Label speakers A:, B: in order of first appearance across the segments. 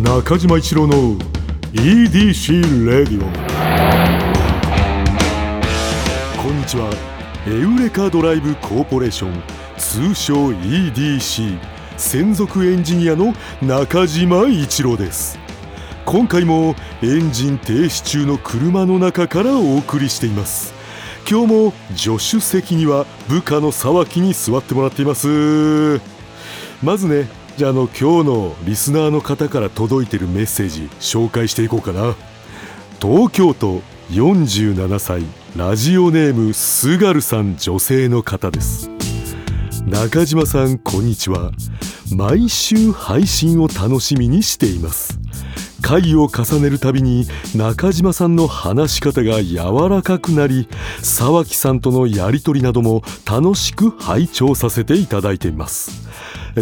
A: 中島一郎の EDC レディオこんにちはエウレカドライブコーポレーション通称 EDC 専属エンジニアの中島一郎です今回もエンジン停止中の車の中からお送りしています今日も助手席には部下の沢木に座ってもらっていますまずねじゃああの今日のリスナーの方から届いてるメッセージ紹介していこうかな東京都47歳ラジオネームすがるさん女性の方です中島さんこんにちは毎週配信を楽しみにしています回を重ねるたびに中島さんの話し方が柔らかくなり沢木さんとのやり取りなども楽しく拝聴させていただいています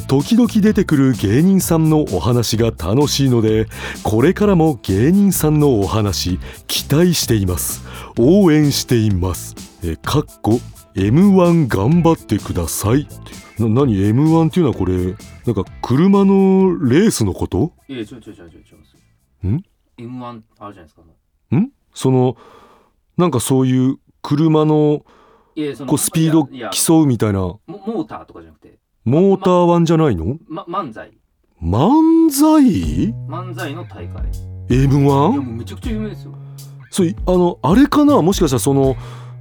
A: 時々出てくる芸人さんのお話が楽しいのでこれからも芸人さんのお話期待しています応援していますえかっこ M1 頑張ってくださいってな何 M1 っていうのはこれなんか車のレースのこと
B: いや、ちょちょちょちょちょ。
A: ん
B: ?M1 あるじゃないですか。
A: んそのなんかそういう車の
B: いや、その
A: こうスピード
B: いやいや
A: 競うみたいなモ
B: モモーターとかじゃなくて、
A: ーター1じゃないの
B: ま、漫才。
A: 漫才
B: 漫才の大会。いや、もう
A: ?M1?
B: めちゃくちゃ有名ですよ。
A: それあのあれかなもしかしたらその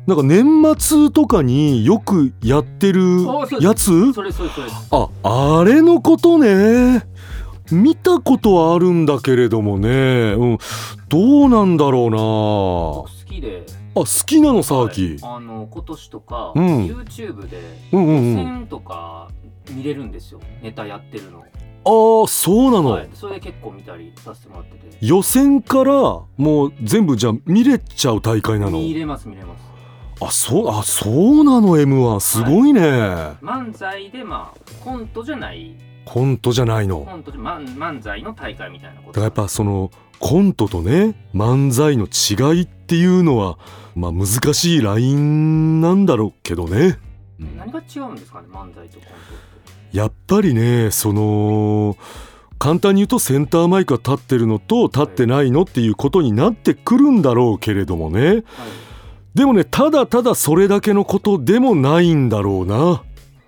A: なんか年末とかによくやってる
B: あそうです
A: やつ
B: それ、それ、それ。
A: ああれのことね見たことはあるんだけれどもね、うん、どうなんだろ
B: 僕好きで、
A: うなあ好きなの沢
B: はい
A: 木、
B: あの、今年とか、
A: うん
B: YouTube で、
A: うんうんうん
B: 1000とか見れるんですよ。ネタやってるの。
A: ああそうなの、
B: はい。それで結構見たりさせてもらってて。
A: 予選からもう全部じゃあ見れちゃう大会なの
B: 見れます、見れます。
A: あそうあそうなの m 1すごいね、
B: 漫才で、まあ、コントじゃない、
A: コントじゃないの
B: コントじゃ、ま、漫才の大会みたいな
A: だ
B: こと。
A: からやっぱそのコントとね漫才の違いっていうのはまあ難しいラインなんだろうけどね
B: 何が違うんですかね、漫才とコントって。
A: やっぱりねその簡単に言うとセンターマイクが立ってるのと立ってないのっていうことになってくるんだろうけれどもね
B: はい、
A: でもねただただそれだけのことでもないんだろうな。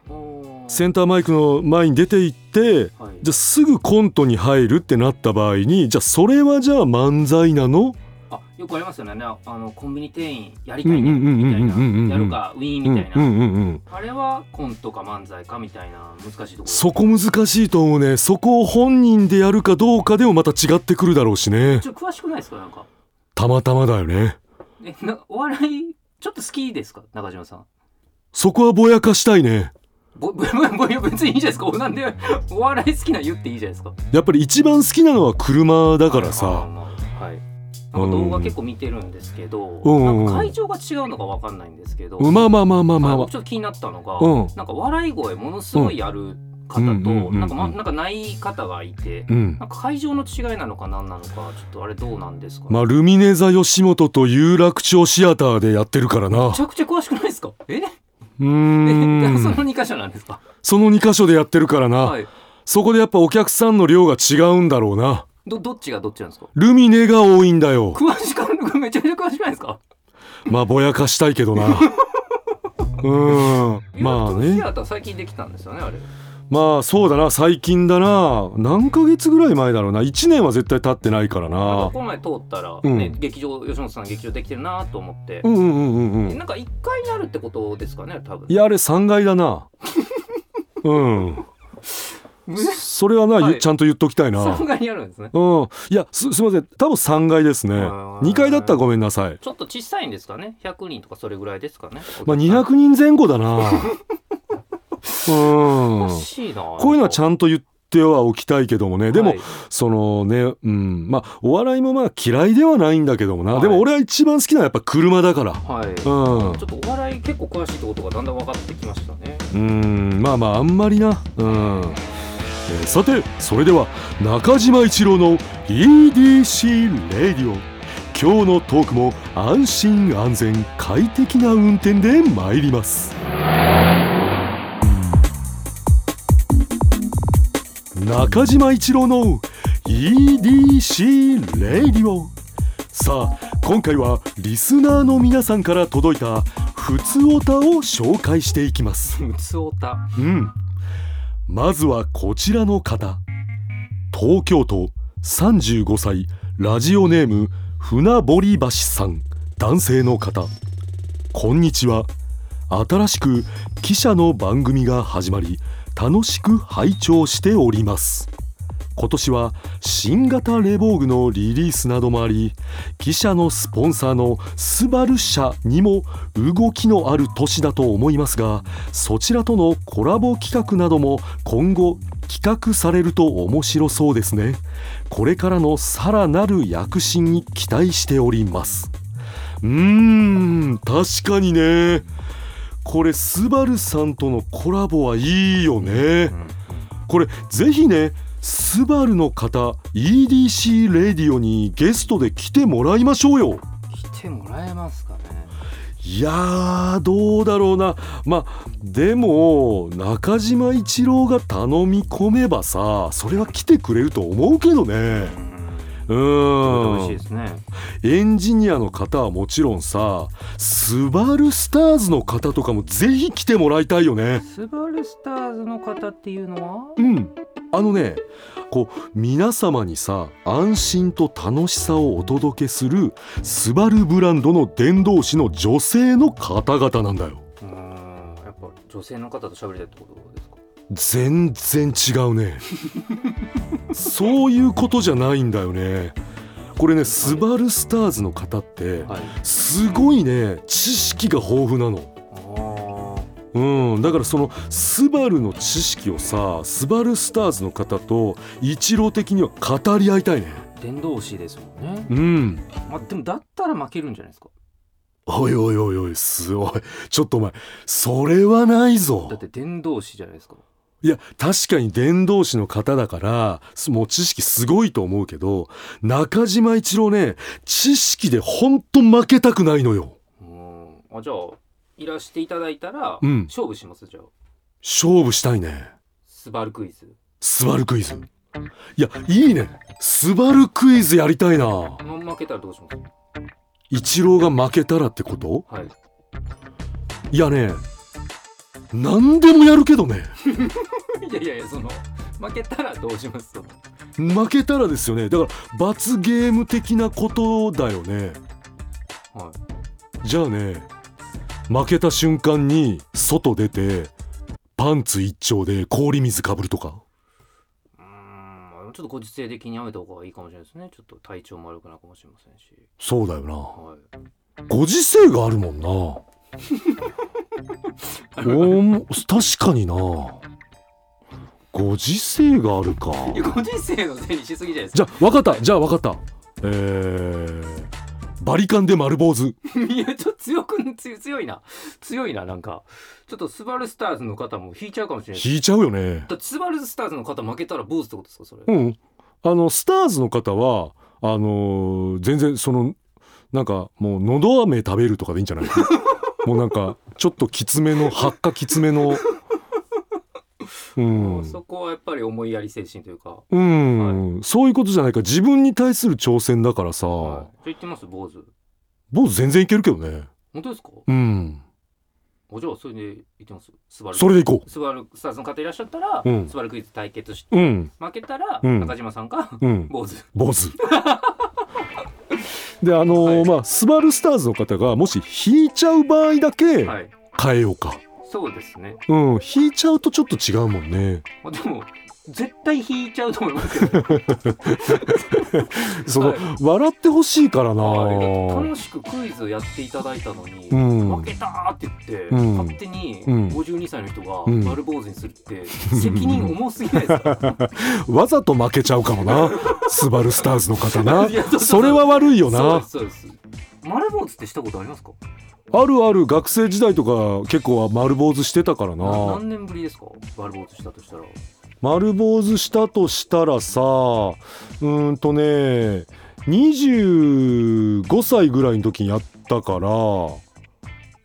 B: おー
A: センターマイクの前に出て行って
B: はい、
A: じゃあすぐコントに入るってなった場合にじゃあそれはじゃあ漫才なの
B: あよくありますよねああのコンビニ店員やり
A: う
B: た
A: んう
B: い
A: んう
B: ね
A: んう
B: みたい
A: んうんうんうん
B: なやるかウィーンみたいな、
A: うんうんうん
B: あれはコントか漫才かみたいな難しいところ
A: そこ難しいと思うねそこを本人でやるかどうかでもまた違ってくるだろうしね
B: ちょっと詳しくないですかなんか
A: たまたまだよね
B: えなお笑いちょっと好きですか中島さん
A: そこはぼやかしたいね
B: ぼぼぼぼ別にいいじゃないですかおなんでお笑い好きなの言っていいじゃないですか
A: やっぱり一番好きなのは車だから
B: あ
A: さ
B: まあはいなんか動画結構見てるんですけど、
A: うんうんうん
B: なんか会場が違うのかわかんないんですけど、
A: うんまあまあまあまあまあ
B: あ
A: ま
B: の
A: あ
B: 僕ちょっと気になったのが、
A: うん
B: なんか笑い声ものすごいやる方と、
A: うんうんうんうんうん
B: なんかまなんかない方がいて、
A: うん
B: なんか会場の違いなのか何なのかちょっとあれどうなんですか、
A: まあルミネ座吉本と有楽町シアターでやってるからなう
B: めちゃくちゃ詳しくないですかえ
A: ー
B: そ
A: ん
B: の2箇所なんですか
A: その2箇所でやってるからな、
B: はい
A: そこでやっぱお客さんの量が違うんだろうな。
B: どどっちがどっちなんですか
A: ルミネが多いんだよ。
B: 詳しくめちゃくちゃ詳しくないですか
A: まあぼやかしたいけど な。うーん。まあ
B: ユーロトンシ
A: ね。
B: アター最近できたんですよねあれ
A: まあそうだな。最近だな。何ヶ月ぐらい前だろうな。1年は絶対経ってないから
B: あ
A: な。
B: この前通ったら、
A: うん
B: ね劇場吉本さんの劇場できてるなと思って
A: う、んうんうんうんうん。
B: なんか1階にあるってことですかね多分
A: いやあれ3階だ な。うん。
B: ね
A: それはな、ゆ
B: はい
A: ちゃんと言っときたいな。
B: 3階にあるんですね
A: うん。いや、す、すいません。多分3階ですね。
B: あー
A: 2階だったらごめんなさい。
B: ちょっと小さいんですかね100人とかそれぐらいですかね
A: まあ200人前後だ な。うん
B: お。かしいなこ
A: こういうのはちゃんと言ってはおきたいけどもね、でも
B: はい
A: そのね、うん、まあお笑いもまあ嫌いではないんだけどもな、
B: はい
A: でも俺は一番好きなのはやっぱ車だから
B: はいち
A: う
B: ょ
A: ん
B: っとお笑い結構詳しいってことがだんだん分かってきましたね
A: うんまあまああんまりなうん、えーさてそれでは中島一郎の EDC レディオ今日のトークも安心安全快適な運転で参ります中島一郎の EDC レディオさあ今回はリスナーの皆さんから届いた「ふつおた」を紹介していきます
B: うつおた
A: うんまずはこちらの方東京都35歳ラジオネーム船堀橋さん男性の方こんにちは新しく記者の番組が始まり楽しく拝聴しております今年は新型レボーグのリリースなどもあり記者のスポンサーのスバル社にも動きのある年だと思いますがそちらとのコラボ企画なども今後企画されると面白そうですねこれからのさらなる躍進に期待しておりますうーん確かにねこれスバルさんとのコラボはいいよね
B: うん
A: これぜひねスバルの方 EDC レディオにゲストで来てもらいましょうよ
B: 来てもらえますかね
A: いやーどうだろうなまあでも中島一郎が頼み込めばさそれは来てくれると思うけどね
B: うん
A: うー
B: 美味しい
A: ん
B: ですね
A: エンジニアの方はもちろんさスバルスターズの方とかもぜひ来てもらいたいよね
B: スバルスターズの方っていうのは
A: うんあのねこう皆様にさ安心と楽しさをお届けするスバルブランドの伝道師の女性の方々なんだよ
B: うーんやっぱ女性の方と喋りたいってことですか
A: 全然違う ねそういうことじゃないんだよねこれねスバルスターズの方って
B: はい
A: すごいね知識が豊富なの
B: あ
A: うん、だからそのスバルの知識をさスバルスターズの方と一郎的には語り合いたいね
B: あ伝道師ですもんね
A: うん
B: まあでもだったら負けるんじゃないですか
A: おいおいおいおいすごいちょっとお前それはないぞ
B: だって伝道師じゃないですか
A: いや確かに伝道師の方だからすもう知識すごいと思うけど中島一郎ね知識でほんと負けたくないのよ
B: うんあじゃあいらしていただいたら、
A: うん
B: 勝負しますじゃあ
A: 勝負したいね
B: スバルクイズ
A: スバルクイズいやいいねスバルクイズやりたいな
B: ま負けたらどうします
A: 一郎が負けたらってこと
B: はい
A: いやね何でもやるけどね
B: いやいやいやその負けたらどうしますその
A: 負けたらですよねだから罰ゲーム的なことだよね
B: はい
A: じゃあね負けた瞬間に外出てパンツ一丁で氷水かぶるとか
B: うーんちょっとご時世的にやめた方がいいかもしれないですねちょっと体調も悪くなるかもしれませんし
A: そうだよ
B: はい
A: なご時世があるもんなおん確かになご時世があるか
B: いやご時世のせいにしすぎじゃない です
A: じ
B: か
A: ゃあわかったじゃあわかったえー、バリカンで丸坊主
B: いやちょっと強く強強いな強いななんかちょっとスバルスターズの方も引いちゃうかもしれないです
A: 引いちゃうよね
B: だってスバルスターズの方負けたら坊主ってことですかそれ、
A: うん、あのスターズの方はあのー全然そのなんかもうのど飴食べるとかでいいんじゃない もうなんかちょっときつめの発火きつめのうん、
B: そこはやっぱり思いやり精神というか、
A: うんそういうことじゃないか自分に対する挑戦だからさ、
B: はい、じゃあ言ってます坊主
A: 坊主全然いけるけどね
B: 本当ですか
A: うん
B: おじゃあそれで言ってますスバル
A: それでいこ
B: スバルスターズの方いらっしゃったら、
A: うん
B: スバルクイズ対決して
A: ううん
B: 負けたら、
A: うん
B: 中島さんが
A: うん
B: 坊主
A: 坊主であのーまあスバルスターズの方がもし引いちゃう場合だけ
B: はい
A: 変えようか、
B: そうですね、
A: うん引いちゃうとちょっと違うもんね
B: まあ、でも絶対引いちゃうと思いますけ ど、ね、
A: その、
B: はい
A: 笑ってほしいからな。
B: 楽しくクイズをやっていただいたのに、
A: うん
B: 負けたーって言って、
A: うん
B: 勝手に
A: うん
B: 52歳の人が
A: うん
B: 丸坊主にするって、責任重すぎないですか
A: わざと負けちゃうかも な。スバルスターズの方 ない
B: や。そう
A: それは悪いよ
B: そうで
A: な
B: す。そうです丸坊主ってしたことありますか
A: あるある学生時代とか結構は丸坊主してたから
B: な
A: な。
B: 何年ぶりですか丸坊主したとしたら
A: 丸坊主したとしたらさ、うーんとね、25歳ぐらいの時にやったから、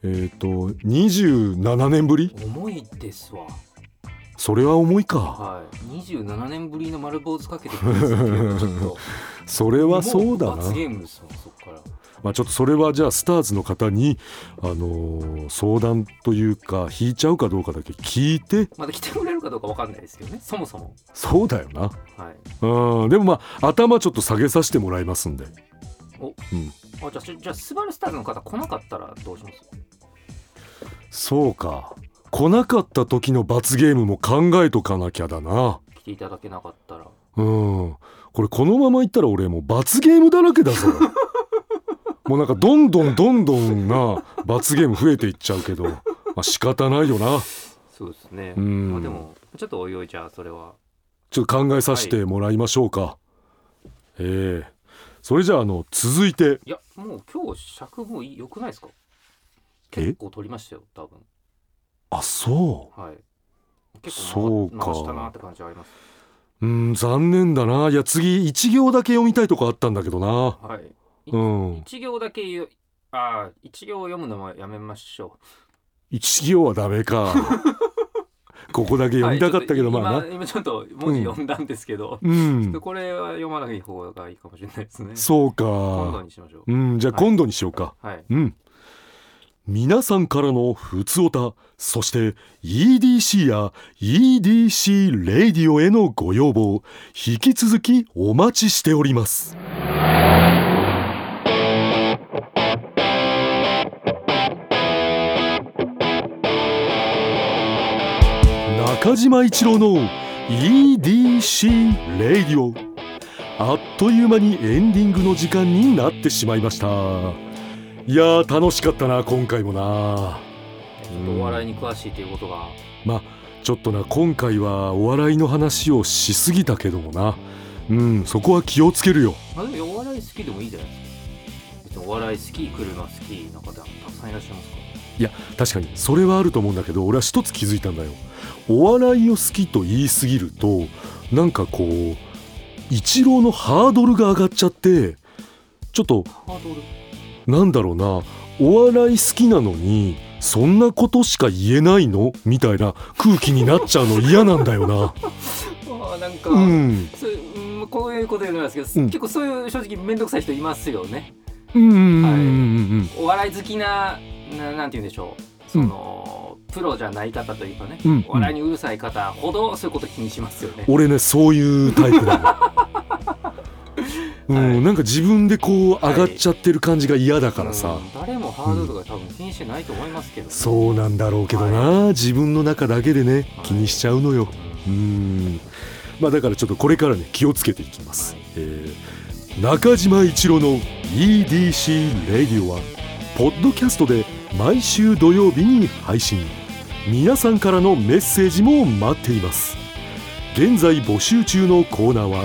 A: えっ、と、27年ぶり
B: 重いですわ
A: それは重いか
B: はい、27年ぶりの丸坊主かけてくるんですけ どちょっと
A: それはそうだ
B: も
A: な
B: 罰ゲームですもんそっから
A: まあ、ちょっとそれはじゃあスターズの方に、あのー相談というか引いちゃうかどうかだけ聞いて
B: まだ来てくれるかどうかわかんないですけどねそもそも
A: そうだよな
B: はい
A: うんでもまあ頭ちょっと下げさせてもらいますんで
B: あじゃあちょじゃあスバルスターズの方来なかったらどうします
A: そうか来なかった時の罰ゲームも考えとかなきゃだな
B: 来ていただけなかったら
A: うんこれこのままいったら俺もう罰ゲームだらけだぞ もうなんかどんどんどんどんな罰ゲーム増えていっちゃうけど、まあ、仕方ないよな
B: そうですね
A: うん
B: まあでもちょっとおいおいじゃあそれは
A: ちょっと考えさせてもらいましょうか。ええそれじゃああの続いて
B: いやもう今日尺もういい良くないですか
A: え
B: 結構取りましたよ多分
A: あそ
B: はい結
A: そ
B: 構
A: うか
B: 流したなって感じはあります
A: ううん残念だないや次一行だけ読みたいとこあったんだけどな
B: はい
A: うん
B: 一行だけ言うああ一行読むのもやめましょ
A: 一行はダメ かここだけ
B: う
A: 読みたかったけど、
B: はい
A: まあな
B: 今今ちょっと文字読んだんですけど、
A: う
B: ちょっと
A: ん
B: これは読まない方がいいかもしれないですね
A: そう
B: 今度
A: か
B: にしましょう
A: うんじゃあ今度にしようか、
B: はい
A: うん皆さんからのふつおたそして EDC や EDC レディオへのご要望引き続きお待ちしております中島一郎の EDC レディオあっという間にエンディングの時間になってしまいましたいやー楽しかったな今回もな
B: ちょっとお笑いに詳しいということが
A: ちょっとな今回はお笑いの話をしすぎたけどもなうんそこは気をつけるよ
B: まあでもお笑い好きでもいいじゃないですか別にお笑い好き車好きの方たくさんいらっしゃいますか
A: 確かにそれはあると思うんだけど俺は一つ気づいたんだよお笑いを好きと言いすぎるとなんかこう一郎のハードルが上がっちゃってちょっと
B: らハードル
A: なんだろうなお笑い好きなのにそんなことしか言えないのみたいな空気になっちゃうの嫌なんだよな
B: ああなんか、
A: うん
B: そううんこういうこと言うのなんですけど、
A: うん
B: 結構そういう正直面倒くさい人いますよね
A: うんうんうんうん
B: お笑い好きなななんて言うんでしょうその、プロじゃない方というかね、
A: うんうん
B: お笑いにうるさい方ほどそういうこと気にしますよね、
A: 俺ねそういうタイプなの、
B: は
A: う
B: い
A: ん、なんか自分でこう上がっちゃってる感じが嫌だからさ、
B: うん誰もハードルとか多分気にしてないと思いますけど、
A: そうなんだろうけどな、自分の中だけでね
B: はい
A: 気にしちゃうのよ、
B: うん
A: うんまあだからちょっとこれからね気をつけていきます、
B: はい
A: えー中島一郎の EDC レディオはポッドキャストで毎週土曜日に配信皆さんからのメッセージも待っています現在募集中のコーナーは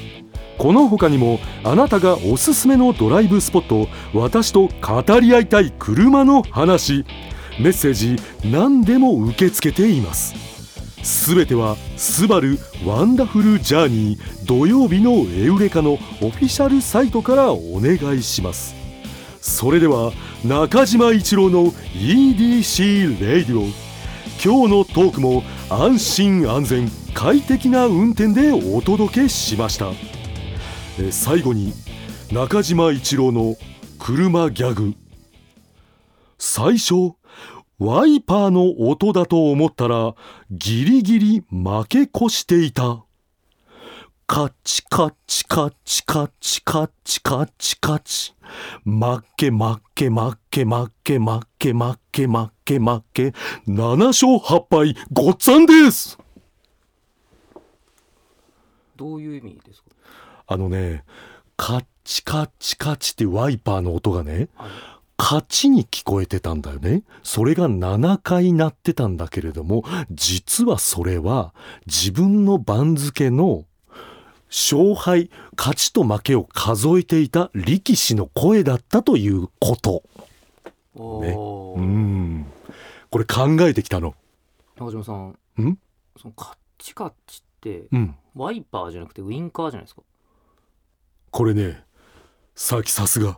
A: この他にもあなたがおすすめのドライブスポット私と語り合いたい車の話メッセージ何でも受け付けていますすべては「スバルワンダフルジャーニー土曜日のエウレカ」のオフィシャルサイトからお願いしますそれでは中島一郎の EDC レディオ今日のトークも安心安全快適な運転でお届けしましたえー最後に中島一郎の車ギャグ最初ワイパーの音だと思ったらギリギリ負け越していたカッチカッチカッチカッチカッチカッチカッチ負け負け負け負け負け負け負け負け7勝8敗ごっつぁんです
B: どういう意味ですか
A: あのねカッチカッチカッチってワイパーの音がね
B: はい
A: カッ勝ちに聞こえてたんだよね。それが7回鳴ってたんだけれども、実はそれは自分の番付の勝敗、勝ちと負けを数えていた力士の声だったということ。
B: おお、
A: うん。これ考えてきたの。
B: 中島さん
A: ん
B: そのカッチカッチって
A: うん。
B: ワイパーじゃなくてウインカーじゃないですか
A: これね、さきさすが。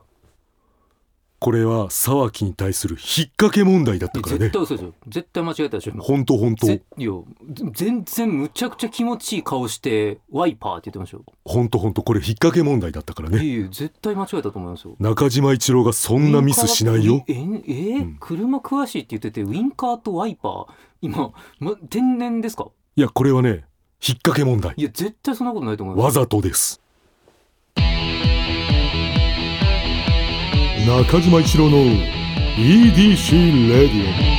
A: これは沢木に対する引っ掛け問題だった
B: え
A: から
B: 絶
A: ね。
B: 対嘘ですよ絶対間違えたでしょ今
A: 本当本当
B: ぜいやぜ全然むちゃくちゃ気持ちいい顔してワイパーって言ってましたよ
A: 本当本当これ引っ掛け問題だったからね。
B: いやいや絶対間違えたと思いますよ
A: 中島一郎がそんなミスしないよ。
B: ウインカーええ
A: うん
B: 車詳しいって言っててウインカーとワイパー今、ま、天然ですか
A: いや、これはね、引っ掛け問題。
B: いや絶対そんなことないと思います
A: わざとです。中島一郎の EDC レディオ。